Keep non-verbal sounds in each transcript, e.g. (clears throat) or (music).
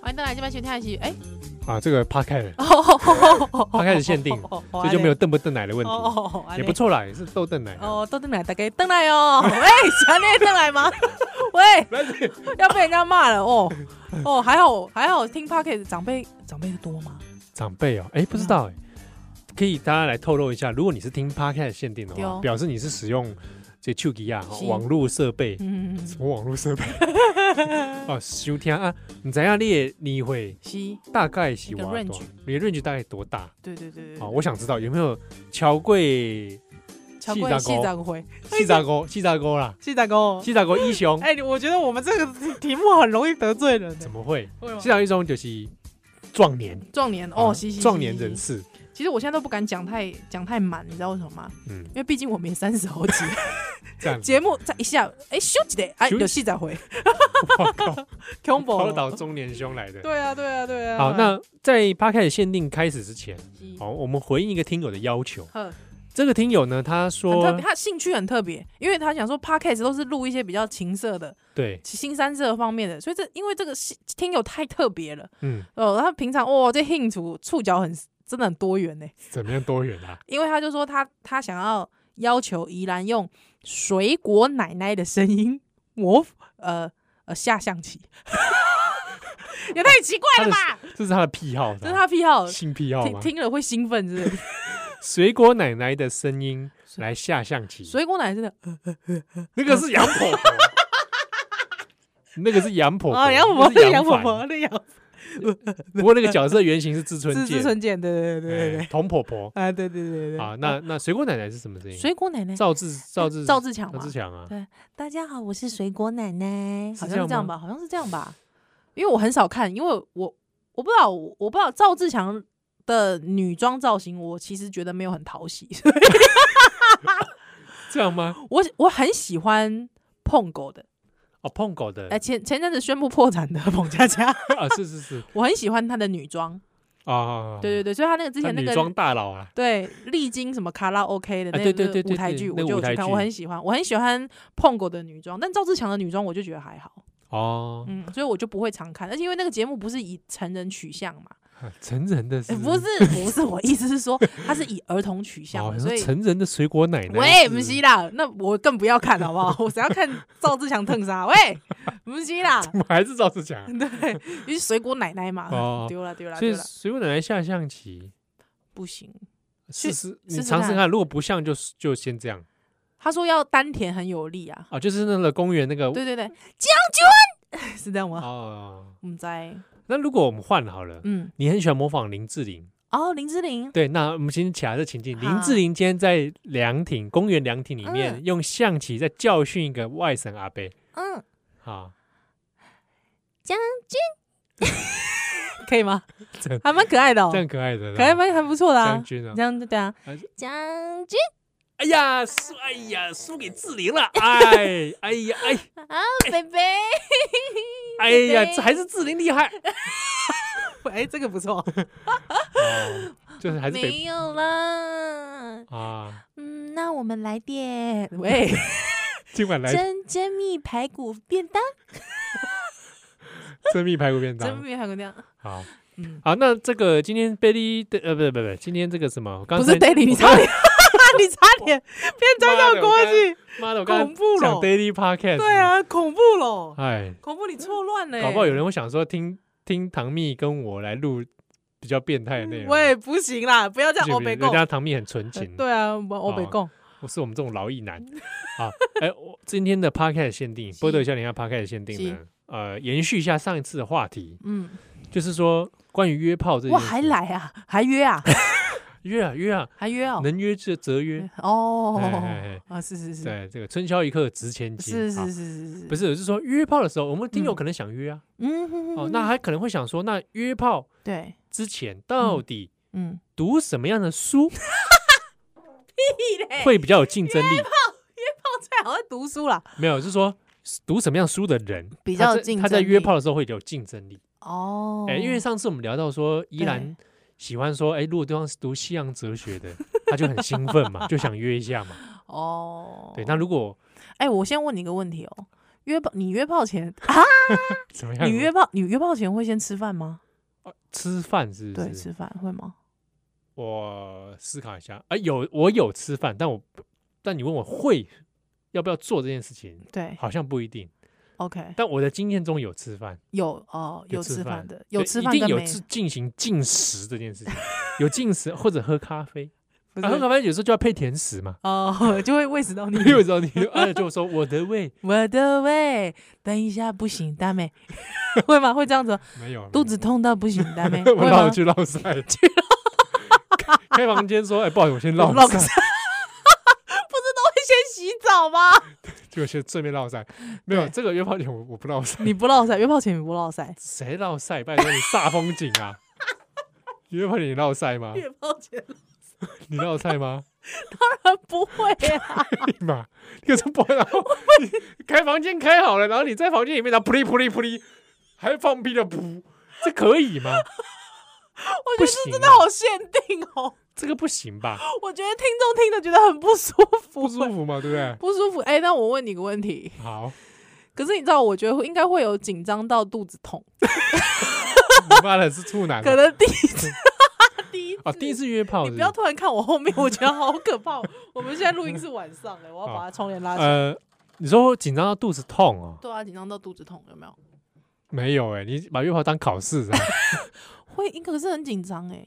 欢迎到来这边收听的是哎，啊，这个 p o d c a s 他他开始限定所以就没有瞪不瞪奶的问题，哦，也不错啦，也是逗瞪奶啊。哦，都邓来，大家邓来哦， (laughs) 哎，想你邓来吗？ (laughs) 喂，不是要被人家骂了哦哦，还好还好，听 Pocket 长辈长辈的多吗？长辈哦，哎，不知道哎，可以大家来透露一下，如果你是听 p o d c a s 限定的对哦话，表示你是使用这 q g 啊是网络设备，嗯，什么网络设备啊，收听啊，你怎样列你会是，大概是一个多少 range 你的 range 大概多大对对对对，啊？我想知道有没有桥贵超哦过细长灰，七杂沟七杂沟啦，细长哥，七杂沟一雄哎，我觉得我们这个题目很容易得罪人，欸怎么会？会吗七杂一雄就是壮年壮年啊哦，是是壮年人。士，其实我现在都不敢讲太讲太满，你知道为什么吗？嗯，因为毕竟我们也三十好几，(laughs) 这 (laughs) 样子节目再一下，哎、休息的，哎、休息有戏再回，我靠， (laughs) 恐怖抛到中年兄来的。对啊，对啊，对啊。嗯好，那在 p 开始限定开始之前，是好，我们回应一个听友的要求。呵这个听友呢，他很特说别，，他兴趣很特别，因为他想说 podcast 都是录一些比较情色的、对，新三色方面的，所以这因为这个戏听友太特别了嗯，哦，他平常哦这 hint 触触角很真的很多元呢，怎么样多元 (laughs) 啊？因为他就说他他想要要求宜兰用水果奶奶的声音模仿呃呃下象棋， (laughs) 也太奇怪了吧？这是他的癖好，这是他癖好， (laughs) 性癖啊好听吗？听了会兴奋之类的。水果奶奶的声音来下象棋，水果奶真的那个是 (laughs) 杨婆婆，那个是杨婆婆啊，杨婆那婆，是杨婆凡婆，那杨不过那个角色原型是志 (laughs) 村是健是，春健，对对对对哎对，童婆婆 (laughs) 啊，对对对对对。啊。那那水果奶奶是什么声音？水果奶奶，赵志赵志赵志强赵嘛志，强啊，大家好，我是水果奶奶，是好这像样是这样吗吧，好像是这样吧，因为我很少看，因为我我不知道，我我不知道赵志强的女装造型，我其实觉得没有很讨喜， (laughs) 所以这样吗？我我很喜欢碰狗的，哦，碰狗的，哎，前前阵子宣布破产的 (laughs) 彭佳佳，啊，是 (laughs) 是是我很喜欢她的女装，啊，对对对，所以她那个之前他那女个装大佬啊，对，历经什么卡拉 OK 的啊那对个对对对舞台对剧，我那就舞有台去看，剧我很喜欢，我很喜欢碰狗的女装，但赵志强的女装我就觉得还好，哦，嗯，所以我就不会常看，而且因为那个节目不是以成人取向嘛，啊成人的诶嗯是哎不是 (laughs) 不是，我意思是说它是以儿童取向哦的，啊你所说以。成人的水果奶奶，喂，不是啦，那我更不要看好不好？我只要看赵志强腾啥？喂，不是啦，嗯我 (laughs) 还是赵志强啊，对，因为水果奶奶哦嘛，丢了丢了所以丢了，水果奶奶下象棋，不行。试去试试你试尝试看看，如果不像就就先这样他说要丹田很有力啊，啊，就是那个公园那个对对对，将军 (laughs) 是这样吗？哦。我们在那如果我们换好了，嗯，你很喜欢模仿林志玲，哦，林志玲，对，那我们先起来这情境，林好志玲今天在凉亭公园凉亭里面嗯用象棋在教训一个外省阿伯，嗯，啊，可以吗这样？还蛮可爱的哦这，样可爱的啦，可爱蛮还不错的将啊。军啊这，样对啊还，将军哎呀，输，哎呀，输给志玲了，哎，哎呀， (laughs) 哎，啊，贝贝，哎呀，这还是志玲厉害， (laughs) 哎，这个不错，哦就是还是北没有啦。啊，嗯，那我们来点喂，今晚来蒸蒸蜜排骨便当。蒸蜜排骨便真当，没有看过 (laughs) 那样，好，嗯，好，那这个今天贝利的呃，不是不是不是，今天这个什么，刚不才是 Daily，你差点，你差点变转到国际，妈的，我刚恐才怖讲了， Daily Podcast，对，啊，恐怖了，哎，恐怖你错乱了，搞不好有人会想说听听唐蜜跟我来录比较变态的内容，喂，嗯不行啦，啊不要这样，不行欧不北行共人，家唐蜜很纯情，对啊，欧北共，我是我们这种劳役男 (laughs) 啊。哎、我今天的 podcast (laughs) 限定，是波德笑脸下 podcast 限定呢是，呃，延续一下上一次的话题，嗯，就是说关于约炮这件哇，事还来啊，还约啊，约啊约啊，还约哦，能约就则约。 (laughs) 哎哎哦哎，啊，是是是，对，这个春宵一刻值千金，是啊是是是是，不是，我是说约炮的时候，我们听友嗯可能想约啊，嗯哦，那还可能会想说，那约炮对，之前到底嗯，读什么样的书会比较有竞争力？最好在读书啦，没有，是说读什么样书的人比他较在竞他在争约力炮的时候会有竞争力。哦哎、因为上次我们聊到说，依然喜欢说，哎、如果对方是读西洋哲学 (laughs) 的，他就很兴奋嘛，就想约一下嘛。哦，对，那如果哎，我先问你一个问题哦，约炮，你约炮 (laughs) 前，啊怎么样？你约炮，你约炮前会先吃饭吗？吃饭是不对，是？吃饭会吗？我思考一下，哎、有我有吃饭，但我不但你问我会要不要做这件事情，对好像不一定。 ，OK，但我的经验中有吃饭，有哦，有吃吃饭饭的，有对吃一饭定跟有没进进行进食这件事情，有进食或者喝咖啡，不 (laughs) 啊、喝是咖啡有时候就要配甜食嘛。哦， (laughs) 就会喂食 (laughs) 到你。有时 (laughs) 候你就哎，就说我的胃我的胃，等一下不行，大妹， (laughs) 会吗？会这样子吗， (laughs) 没有肚子痛到 (laughs) 不行，大妹，我会绕吗？去绕赛去。开房间说：“哎、不好意思，我先绕绕赛，先洗澡吗？就先顺便绕赛。没有对这个约炮点，我我不绕 (laughs) 赛。你不落塞，约炮前你不落塞，谁绕赛？拜托你煞风景啊！ (laughs) 你约炮点你绕赛吗？约炮 (laughs) 前你绕赛吗？不会啊，立马，你有什么不会然后你开房间开好了，然后你在房间里面，然后噗哩噗哩噗哩，还放屁的噗，这可以吗？ (laughs) 我觉不得这行真的啊好限定哦。这个不行吧？我觉得听众听的觉得很不舒服，不舒服嘛，对不对？不舒服。哎、那我问你个问题，好，可是你知道，我觉得应该会有紧张到肚子痛，你妈的是处男啊可能第一 (laughs) 次，哦第一次，啊！第一。次约炮你是不是，要突然看我后面，我觉得好可怕 (laughs) 哦。我们现在录音是晚上哎、我要好把它窗帘拉起来。呃，你说紧张到肚子痛哦？对啊，紧张到肚子痛有没有？没有哎、你把约炮当考 (laughs) 试啊？会，可是很紧张哎。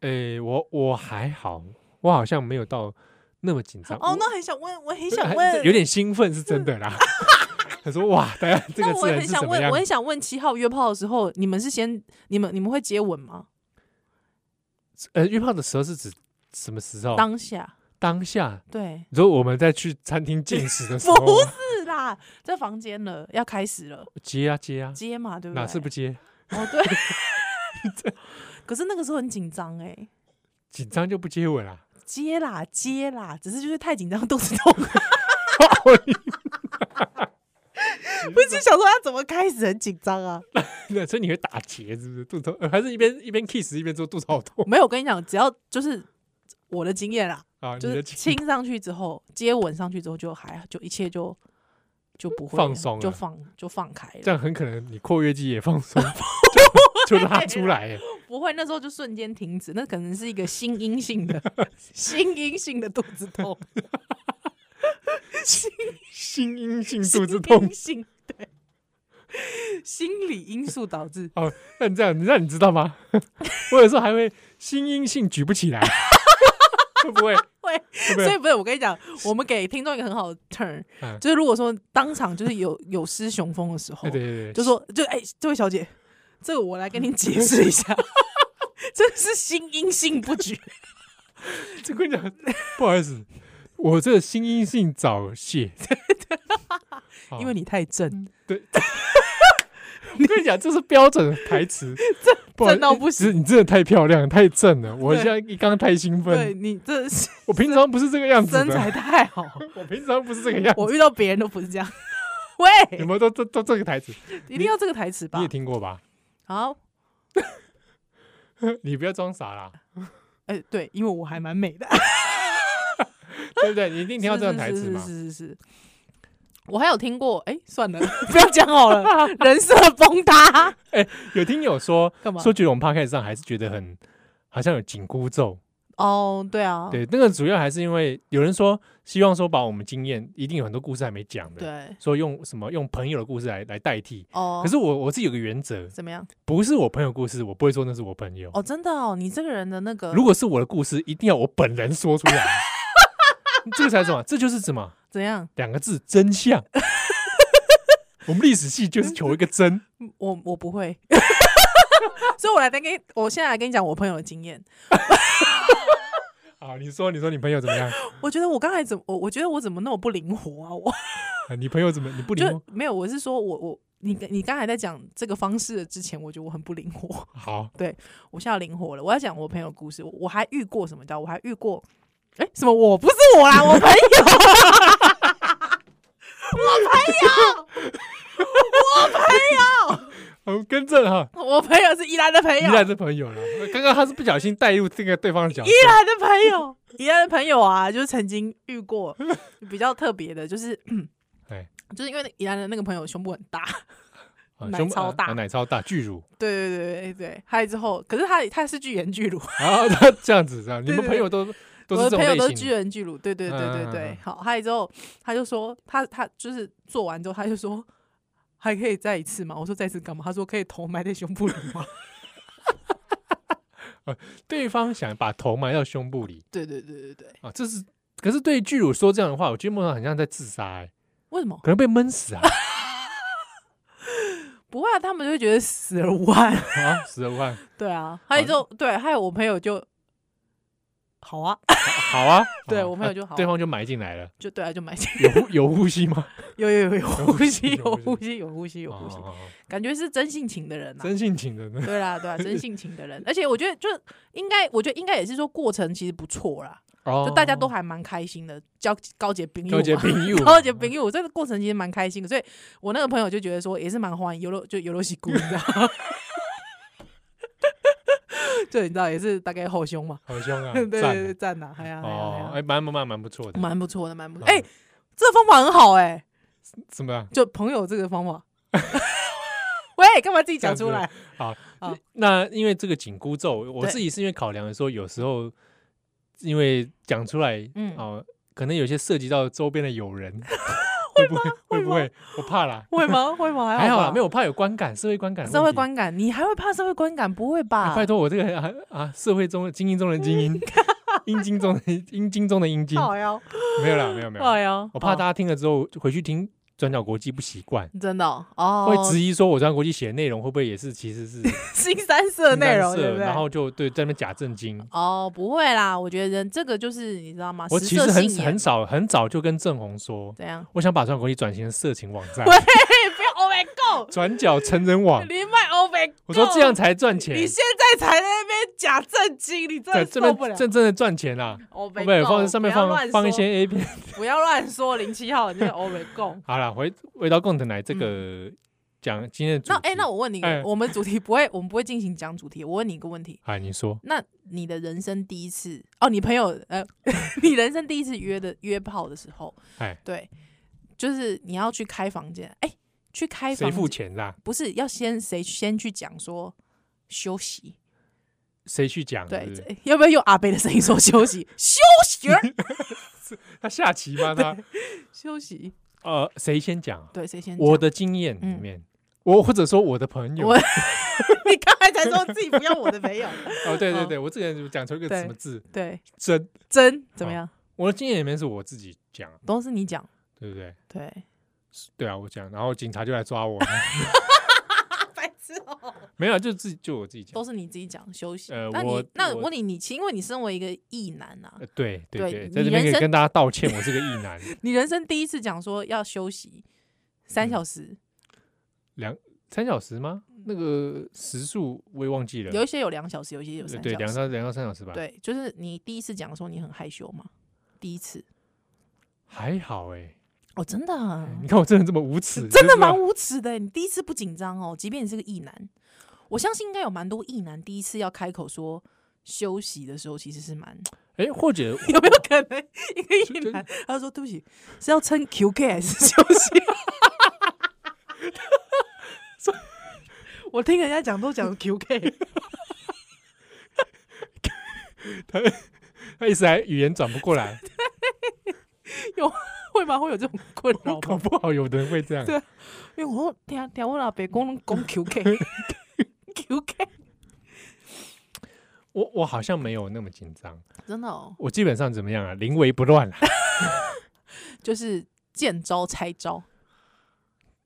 哎、我我还好，我好像没有到那么紧张。哦我，那很想问，我很对想还问，有点兴奋是真的啦。 (laughs) 他说：“哇，大家这那个我自然很是怎想么问，样我很想问七号约炮的时候，你们是先你们你们会接吻吗？？”呃，约炮的时候是指什么时候？当下当下，对，你说我们在去餐厅进食的时候不吗，是啦，在房间了，要开始了，接啊接啊，接嘛，对不对？哪次不接？哦，对。 (laughs) 可是那个时候很紧张哎，紧张就不接 (laughs) 吻啊？接啦接啦，只是就是太紧张，肚子痛， (laughs) 不是想说他怎么开始很紧张啊？对，所以你会打结是不是？肚子痛，呃还是一边一边 kiss 一边说肚子好痛没有，我跟你讲，只要就是我的经验啦，啊？你就是的亲上去之后，接吻上去之后就还就一切就就不会放松了就放就放开这了，样很可能你括约肌也 (laughs) 放松，就就拉出来耶。不会那时候就瞬间停止，那可能是一个心因性 (laughs) 的心因性的肚子痛，心阴性 (laughs) 肚子心痛因。性对心理因素导致，哦，那你这样，你让你知道吗？ (laughs) 我有时候还会心阴性举不起 (laughs) 来，会不会？会会不所以会？不是我跟你讲，我们给听众一个很好的 turn，、 (laughs) 嗯就是如果说当场就是有有失雄风的时候，哎对对对，就说就哎、这位小姐，这个我来跟您解释一 (laughs) 下，真的是心因性不举。这跟你讲， (laughs) 不好意思，我这个心阴性早 (laughs) 泄，因为你太正，我跟你讲，这是标准的 (laughs) 台词，不好意正思到不行你真的太漂亮，太正 (laughs) 了。我对现在一刚刚太兴对奋，你这是我平常不是这个样子身的，材太好， (laughs) 我平常不是这个样子。我遇到别人都不是这 (laughs) 样。有喂，没有都都都这个台词？一定要这个台词吧你也？听 (laughs) 过吧？好，你不要装傻啦，哎、对，因为我还蛮美的，对不对？嗯你一定听到这段台词是是嘛是？是是是。我还有听过，哎、算了， (laughs) 不要讲好 (laughs) 了，人设崩塌，有听友说干嘛？说，觉得我们 podcast 上还是觉得很好像有紧箍咒，哦，对啊，对，那个主要还是因为有人说希望说把我们经验，一定有很多故事还没讲的，对说用什么用朋友的故事来来代替。哦，可是我我自己有个原则，怎么样？不是我朋友故事，我不会说那是我朋友。哦，真的哦，你这个人的那个如果是我的故事，一定要我本人说出来， (laughs) 这个才是什么？这就是什么？怎样？两个字：(laughs) 真相。我们历史系就是求一个真，嗯我我不 (laughs) 会， (laughs) 所以我来跟你，我现在来跟你讲我朋友的经验。好，啊你说，你说你朋友怎么样？我觉得我刚才怎么，我我觉得我怎么那么不灵活啊？我啊你朋友怎么？你不理就我？没有，我是说我我你你刚才在讲这个方式之前，我觉得我很不灵活，好，我现在灵活了。我要讲我朋友的故事，我我还遇过什么叫？我还遇过，哎、什么我？不是我啦，我朋友，我更正哈，我朋友是宜兰的朋依友，然是朋友了。刚刚他是不小心带入这个对方的角色宜，兰的 (laughs) 朋友，宜兰的朋友啊，就是曾经遇过比较特别的，就是 (clears throat) 哎，就是因为宜兰的那个朋友胸部很大，啊奶胸部超啊大啊奶超大，巨乳对对对对对，还有之后，可是他他是巨人巨乳，啊， (laughs) 他这样子这样，你对们对朋友都都我的是这种朋友都类是巨型人巨乳，对对对对对。嗯嗯嗯嗯好，还有之后他就说他他就是做完之后他就说还可以再一次吗？我说再一次干嘛？他说可以头埋在胸部里吗？对方想把头埋到胸部里对对对对对，啊，这是可是对巨乳说这样的话，我觉得梦上很像在自杀、欸，为什么？可能被闷死啊 (laughs) 不会啊，他们就会觉得死而无憾。啊，死了万对啊，还有之后对，还有我朋友就好啊，好啊， (laughs) 对啊我朋友啊就好对方就埋进来了，就对啊，就买进有 (laughs) 呼有呼吸吗？有有有有呼吸，有有呼呼吸吸，有呼吸，有呼吸哦，哦哦感觉是真性情的人啊。真性情的呢，对啦，对啦，真性情的人，而且我觉得就应该，我觉得应该也是说过程其实不错啦，就就大家都还蛮开心的，交高姐朋友哦高嘛，洁平友，高姐朋友，我这个过程其实蛮开心的，所以我那个朋友就觉得说也是蛮欢迎，有了就有了喜故，你知道吗？ (laughs) 就你知道也是大概后胸嘛，好凶啊， (laughs) 对对赞对，赞呐，哎呀哎呀哦，哎哎，呀，蛮蛮蛮蛮不错的，蛮不错的，蛮不嗯错，哎，这个方法很好哎，怎么样？就朋友这个方法， (laughs) 喂，干嘛自己讲出来？ (laughs) 那因为这个紧箍咒，我对自己是因为考量的说，有时候因为讲出来，嗯嗯哦，可能有些涉及到周边的 (laughs) 友人，会不会会不会会？我怕啦，会吗？会吗？还好吧啦，没有我怕有观感，社会观感的问题，社会观感，你还会怕社会观感？不会啊。吧？拜托，我这个人啊啊，社会中的精英中的精 (laughs) 英，阴茎中的阴茎中的阴茎，好呀，没有啦，没有没有好，呀，啊我怕大哦家听了之后回去听转角国际不习惯，真的哦哦，会质疑说我转角国际写的内容会不会也是其 (laughs) 实是新三色内容，新三色对不对？然后就对在那边假正经。哦，不会啦，我觉得人这个就是你知道吗？我食其啊色实很性也很少很早就跟郑红说，怎样？ (laughs) 我想把转角国际转型成色情网站喂，，不要 Oh my God！转角成人网。你卖 Oh my God！哦我说这样，才赚钱你，现在才在那边假正经，你真的在这受不了边。正正的赚钱啦。 Oh 会 my 不会 God！放上面不要放乱放一说些 A 片？不要乱说零七号，你是 Oh my (laughs) God！好啦，回回到共同来这个讲今天的嗯主那题。哎，那我问你哎，我们主题不会，我们不会进行讲主题。我问你一个问题，哎，你说那你的人生第一次哦，你朋友呃， (laughs) 你人生第一次约的约炮的时候，哎，对，就是你要去开房间，哎、去开谁房付间钱啦？不是要先谁先去讲说休息，谁去讲？对是不是，这 (laughs) 要不要用阿贝的声音 (laughs) 说休息？休息儿，他下棋 (laughs) 吗？他休息，呃，谁先讲？对，谁先讲？我的经验里嗯面，我或者说我的朋友，我 (laughs) 你刚才才说自己不要我的朋 (laughs) 友，哦，对对 (laughs) 哦对，我这个人讲出一个对什么字对，真，真怎好么样？我的经验里面是我自己讲，都是你讲，对不对？对，对啊，我讲，然后警察就来抓我，白痴哦、没有，啊就自己就我自己讲都，是你自己讲休息。呃那我你那我我问你，你其因为你身为一个异男啊，呃对对对对，你在这边可人以生跟大家道歉，我是个异男，你人生第一次讲说要休息嗯三小时，三小时吗？(laughs) 那个时速我也忘记了，有一些有两小时，有一些有呃三啊对，两小时。到两到三小时吧，对，就是你第一次讲说你很害羞嘛，第一次还好哎，哦，真的、啊，你看我这人这么无耻， (laughs) 真就的是吧蛮无耻的。欸你第一次不紧张哦，即便你是个异男，我相信应该有蛮多异男第一次要开口说休息的时候，其实是 (laughs) 蛮哎，或者 (laughs) 有没有可能一个就异就男他说对不起是要称 QK 还是休息？ (laughs) 我听人家讲都讲 QK，他一时还语言转不过 (laughs) 来，会吗？会有这种困扰搞吗？不好有的人会这样对。因为我听听我老爸讲拢讲 QK。QK 我我好像没有那么紧张，真的哦，我基本上怎么样啊？临危不乱啊。就是见招拆招。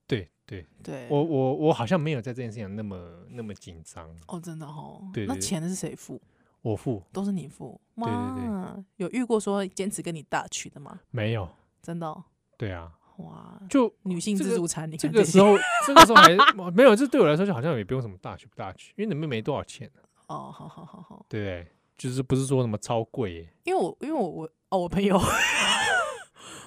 对对，对，我我我好像没有在这件事情上那么那么紧张。哦，真的哦。对对那对钱是谁付？我付都是你付。对对对哇，有遇过说坚持跟你大取的吗？没有？真的哦，对啊，哇，就女性这个自助餐，你这看个些时 (laughs) 候这个时候还没有，这对我来说就好像也不用什么大取不大取，因为你们没多少钱、啊，哦，好好好好，对不对？就是不是说什么超贵耶、因为我因为我我哦，我 (laughs) 朋友，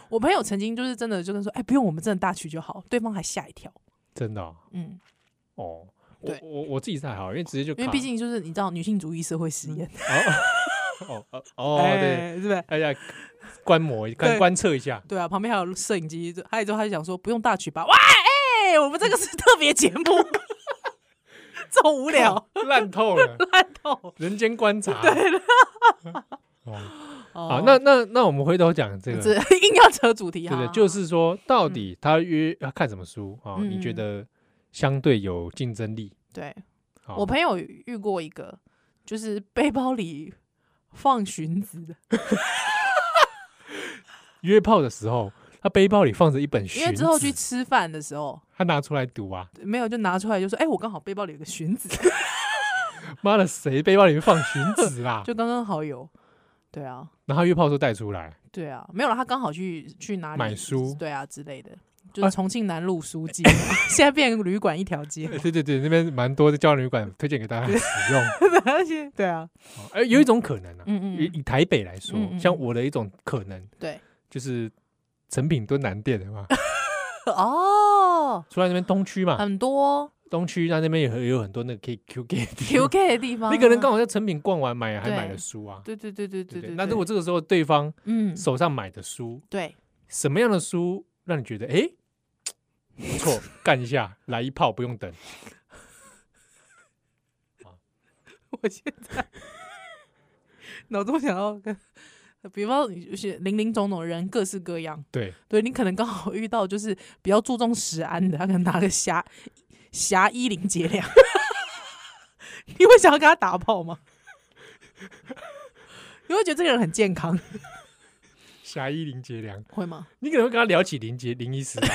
我朋友曾经就是真的就跟说，哎，不用，我们真的大取就好，对方还吓一跳，真的哦。嗯，哦我对我我自己是还好，因为直接就因为卡毕竟就是你知道女性主义社会实验，哦 (laughs) 哦哦哦，对，哎，是不是？哎呀，观摩一看对观测一下，对啊，旁边还有摄影机，还有之后他就想说不用大曲吧？哇，哎、我们这个是特别节目， (laughs) 这么无 (laughs) 聊，烂透了，烂透。人间观察。对了，啊哦，好好，那那那我们回头讲这个，只对 (laughs) 硬要扯主题，好对，好就是说到底他约要看什么书啊？嗯你觉得相对有竞争力？啊对好我朋友遇过一个，就是背包里放荀子的，约炮的时候，他背包里放着一本荀子，因为之后去吃饭的时候他拿出来读啊，没有就拿出来就说，哎、我刚好背包里有个荀子，妈的，谁背包里面放荀子啦？ (laughs) 就刚刚好有。对啊，然后他约炮的时候带 (laughs) 出来，对啊，没有了，他刚好去去哪里买书对啊之类的，就啊是重庆南路书记， (laughs) 现在变旅馆一条街。对对对，那边蛮多的教旅馆推荐给大家使 (laughs) 用。而且对啊，哦哎，有一种可能啊，嗯嗯以以台北来说嗯，嗯像嗯我的一种可能对，就是成品敦南店的 (laughs) 嘛，哦，除了那边东区嘛，很多东区那那边也有有很多那个可以 Q 给 QK 的地方，你可能刚好在成品逛完买还啊对买了书啊，对对对对对对不对对。对，那如果这个时候对方嗯，手上买的书，对，什么样的书让你觉得哎、 (laughs) 诶不错，干一下来一炮不用等？我现在 (laughs) 脑中想要跟，比方你就是林林总总的人，各式各样，对，对你可能刚好遇到就是比较注重食安的，他可能拿个侠侠衣零节粮， (laughs) 你会想要跟他打炮吗？ (laughs) 你会觉得这个人很健康，侠医林杰良，会吗？你可能会跟他聊起林杰林 (laughs) 医师吧，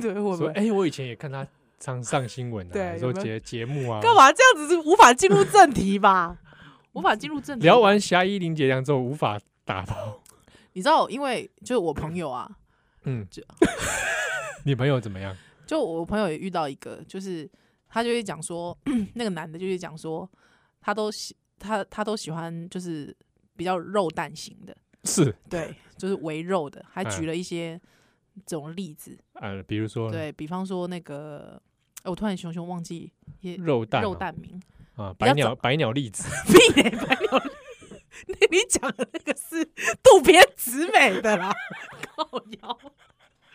对，会不说会？哎、诶我以前也看他常上新闻啊，对说有没有节节目啊，干嘛这样子是无法进入正题吧？无法进入正题。聊，完侠医林杰良之后无法打炮，你知道，因为就是我朋友啊，嗯这， (laughs) 你朋友怎么样？就我朋友也遇到一个，就是他就会讲说，那个男的就会讲说，他都喜他他都喜欢就是比较肉蛋型的，是对， (laughs) 就是围肉的，还嗯举了一些这种例子，呃，比如说对比方说那个，哎、我突然熊熊忘记也肉蛋、哦肉蛋名， (laughs) 啊，比百较鸟早百鸟栗子， (laughs) 屁嘞，白鸟。你你讲的那个是渡边直美的啦，靠腰，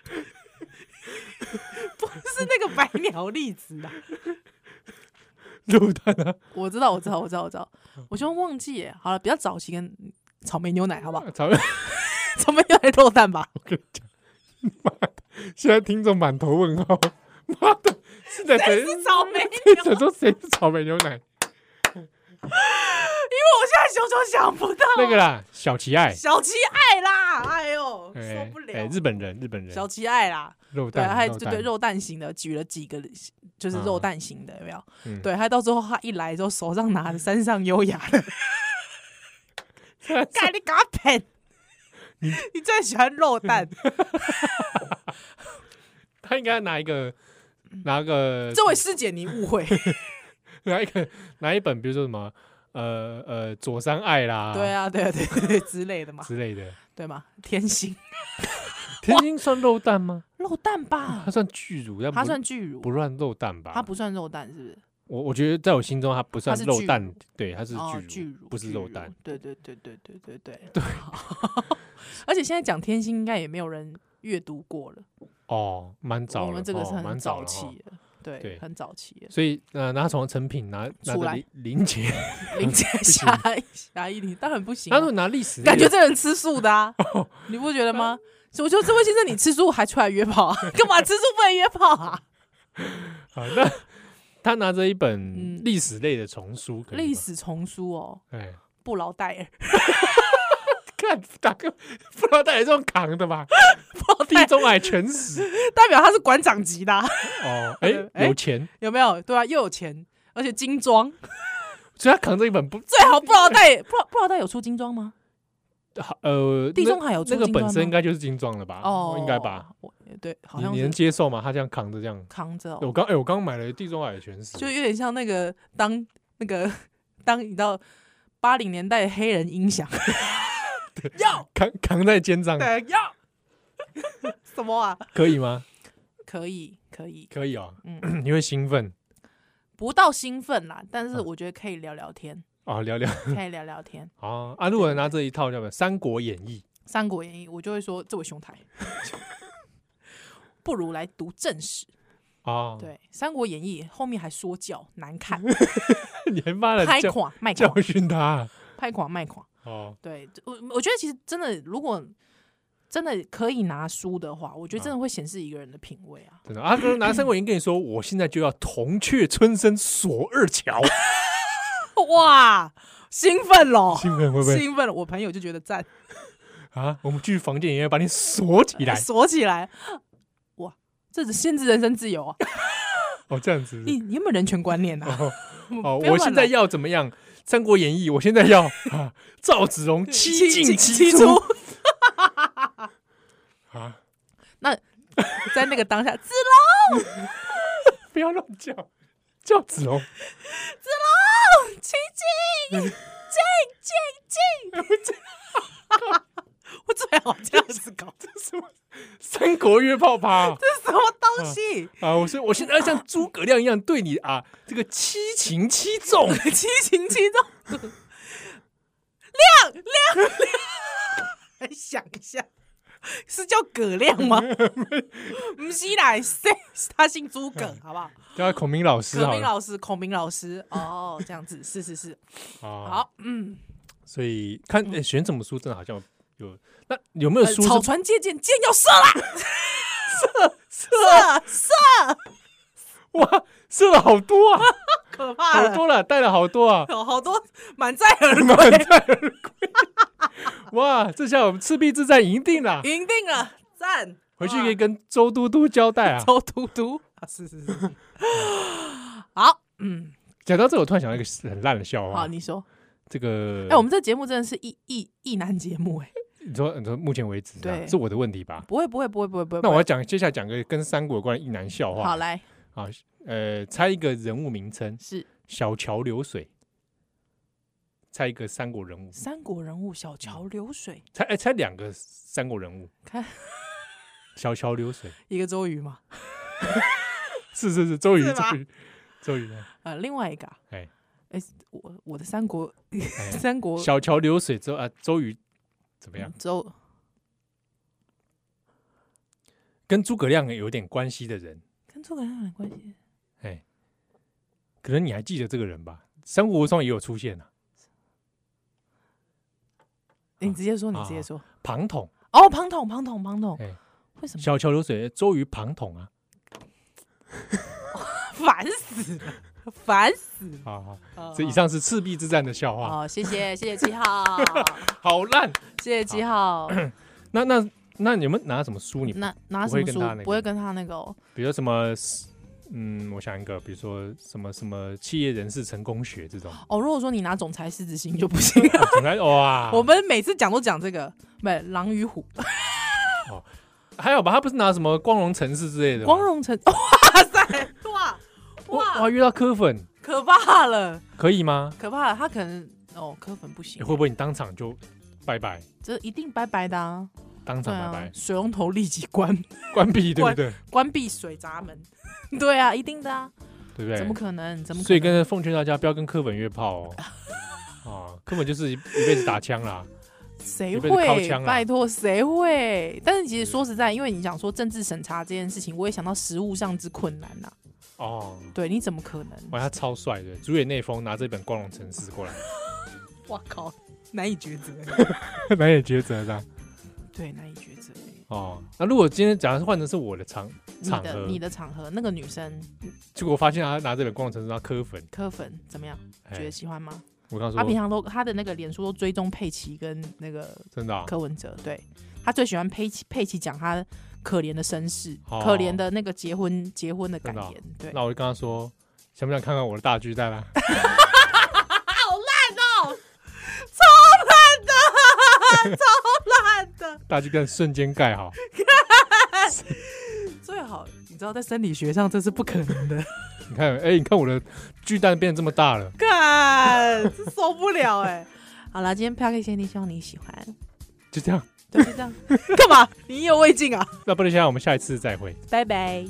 (laughs) 不是那个白鸟栗子啦。肉蛋啊，我知道，我知道，我知道，我知道，嗯我就忘记耶。好了，比较早期跟草莓牛奶，好不好？草草莓牛奶肉蛋 (laughs) 吧，我跟你讲，妈的，现在听众满头问号， (laughs) 妈的，是在谁？是啊草 (laughs) 莓牛。想说谁是草莓牛奶？我现在熊熊想不到 (laughs) 那个啦，小 (laughs) 奇爱，小七爱啦，哎呦，受哎不哎了。日本人，日本人小，七爱啦，肉对，蛋，还肉对对蛋，肉蛋型的，举了几个就是嗯肉蛋型的，有没有？嗯，对，他到最后他一来之后，手上拿着山上优雅 (laughs) 的，干你搞喷， (laughs) 你最喜欢肉 (laughs) 蛋，他应该拿一个，嗯拿个，这位师姐你误会， (laughs) 拿一个，拿一本，比如说什么，呃呃，佐山爱啦，对啊，对啊，对对对之类的嘛，之类的。对吗？天 (laughs) 心天津算肉蛋吗？肉蛋吧它，算巨乳，但它不算巨乳不，算肉蛋吧？它不算肉蛋是不是？我我觉得在我心中它不算它是肉巨蛋，对，它是哦，巨巨乳，乳不是巨肉蛋。对对对对对对 (laughs) 对对。 (laughs) 而且现在讲天心，应该也没有人阅读过了，哦，蛮早了，我们这个是哦蛮很早了期哦的，对对，很早 (laughs) 期的。所以呃，拿从成品拿拿出着来林林杰， (laughs) 林姐行霞霞一林当然不行啊、他说哦拿历史类感的，觉这人吃素的 (laughs) 啊，你不觉得吗？我说这位先生，你吃素还出来约炮啊？干嘛吃素不能约炮啊？好， (laughs) 那他拿着一本嗯历史类的丛书，可以吗历，史丛书哦，哎，布劳戴尔，看大哥不知道带这种扛的吧？布劳戴 (laughs) 地尔中海 (laughs) 全史代表他是馆长级的啊、哦，哎，哎有钱，有没有？对啊，又有钱，而且精装，所以他扛着一本不最好布劳戴尔，布布劳戴尔有出精装吗？好呃，地那中海有出那个金本砖身吗应该就是精装了吧？哦，应该吧？我。对，好你像你能是接受吗？他这样扛着这样，扛着、我哦，刚哎，我刚买了地中海全史，就有点像那个当那个当你到八零年代的黑人音 (laughs) 响，要 (laughs) 扛扛在肩上，对啊要 (laughs) 什么啊？可以吗？可以可以，可以哦， (clears throat) (laughs) 嗯，你会兴奋不到兴奋啦，但是嗯 (laughs) 我觉得可以聊聊天。啊，聊聊可以聊聊天。啊啊！如果拿这一套叫什么《三国演义《三国演义》，我就会说这位兄 (laughs) 台，不如来读正史。》啊，对，《三国演义》后面还说教难看， (laughs) 你还妈的拍教垮卖垮教，训他啊拍垮卖垮。哦，对我，我觉得其实真的，如果真的可以拿书的话，我觉得嗯真的会显示一个人的品味啊。真的啊！可是拿《三国演义》跟你说，我现在就要铜雀春深锁二乔， (laughs) 哇，兴奋喽！兴奋会不会兴奋了，我朋友就觉得赞，啊？我们去房间里面把你锁起 (laughs) 来锁起来，哇，这是限制人身自由啊！哦，这样子你你有没有人权观念啊？哦哦，不要我乱现在来要怎么样？《三国演义》，我现在要啊，赵子龙七进七出啊！在那个当下，自不要乱叫，叫子龙，龙七进进进进， (laughs) 我最好这 (laughs) 样子搞，这是什么三国约炮趴啊这是什么东西？啊！我是我现在要像诸葛亮一样对你啊，这个七擒七纵，七擒七纵，亮亮亮，来哎想一下，是叫葛亮 (laughs) 吗？不是啦，谁他姓诸葛，好不好？叫他孔明老师葛好明嗯了老师，孔明老师，哦，这样子，是是是，啊。好，嗯，所以看诶选什么书，真的好像有那有没有呃书草是船借箭，箭要射啦，射射射，哇？射了好多 (laughs) 啊，可怕好了，多了，带了好多 (laughs)，啊有好多满载而满归，载而归。 (laughs) 哇，这下我们赤壁之战赢 (laughs) 定了，赢定了，赞！回去可以跟周都督交代 (laughs) 啊。抽嘟嘟啊，是是是是，好，嗯，讲到这，我突然想到一个很烂的笑好，话。你说。这个，哎、我们这节目真的是一一一男节目哎、 (laughs) 你说你说目前为止啊、对是我的问题吧？不会不会不会不会不会。那我要讲接下来讲个跟三国有关的一男笑不会话。好来啊，呃，猜一个人物名称，是小桥流水。猜一个三国人物，三国人物小桥流水，猜哎、猜两个三国人物。看 (laughs) 小桥流水，一个周瑜嘛，是是是，周瑜是吗周瑜周瑜呢？呃，另外一个啊哎、我我的三国哎 (laughs) 三国小桥流水之后啊，周瑜怎么样？周跟诸葛亮有点关系的人，跟诸葛亮有点关系，哎、可能你还记得这个人吧？《三国无双》也有出现啊，你直接说你直啊接说。庞统。哦，庞统庞统庞统哎，为哦什么小桥流水，周瑜庞统啊，烦死了？烦死了！好好，啊这以上是赤壁之战的笑话，哦，谢谢谢谢七号，好烂。谢谢七号。那那那你们拿什么书？你那拿不什会么跟书他那个不会跟他那个哦比如说什么？嗯，我想一个，比如说什么什么企业人士成功学这种，哦。如果说你拿总裁狮子心就不行，哦总来哇，我们每次讲都讲这个，不，狼与虎，还有吧？他不是拿什么光荣城市之类的吗？光荣城， (laughs) 哇塞，哇哇哇，哇，遇到科粉可怕了，可以吗？可怕了，他可能哦，科粉不行欸，会不会你当场就拜拜？这一定拜拜的啊，当对场啊，拜拜，水龙头立即关关闭对不对？ (laughs) 关闭水闸门， (laughs) 对啊，一定的啊，对不对？怎么可能？怎么可所以能？跟奉劝大家不要跟柯粉约炮 (laughs) 哦，啊，柯粉就是一一辈子打枪啦，谁一辈子靠会枪？啊拜托，谁会？但是其实说实在，因为你讲说政治审查这件事情，我也想到实物上之困难呐、哦。对，你怎么可能？哇，他超帅的，主演内丰拿这本《光荣城市》 (laughs) 过来，哇靠，难以抉择，难以抉择的对，难以抉择。哦。那如果今天假如换成是我的场你场的合，你的场合，那个女生结果我发现他拿这本《光荣城市》他磕粉，科粉怎么样？哎觉得喜欢吗？我刚他平说常都他的那个脸书都追踪佩奇跟那个真的啊柯文哲，对他最喜欢佩奇佩奇讲他可怜的身世，哦可怜的那个结婚结婚的感真的哦言，对，那我就跟他说，想不想看看我的大巨蛋啊？ (laughs) 烂的大巨蛋瞬间盖好，最好，你知道在生理学上这是不可能 (laughs) 的，你看，哎，你看我的巨蛋变得这么大了，看这受不了哎、好啦，今天 p a c k 先希望你喜欢，就这样。 (laughs) 对，就这样，干嘛？你意犹未尽啊？那不能想，我们下一次再会。拜拜。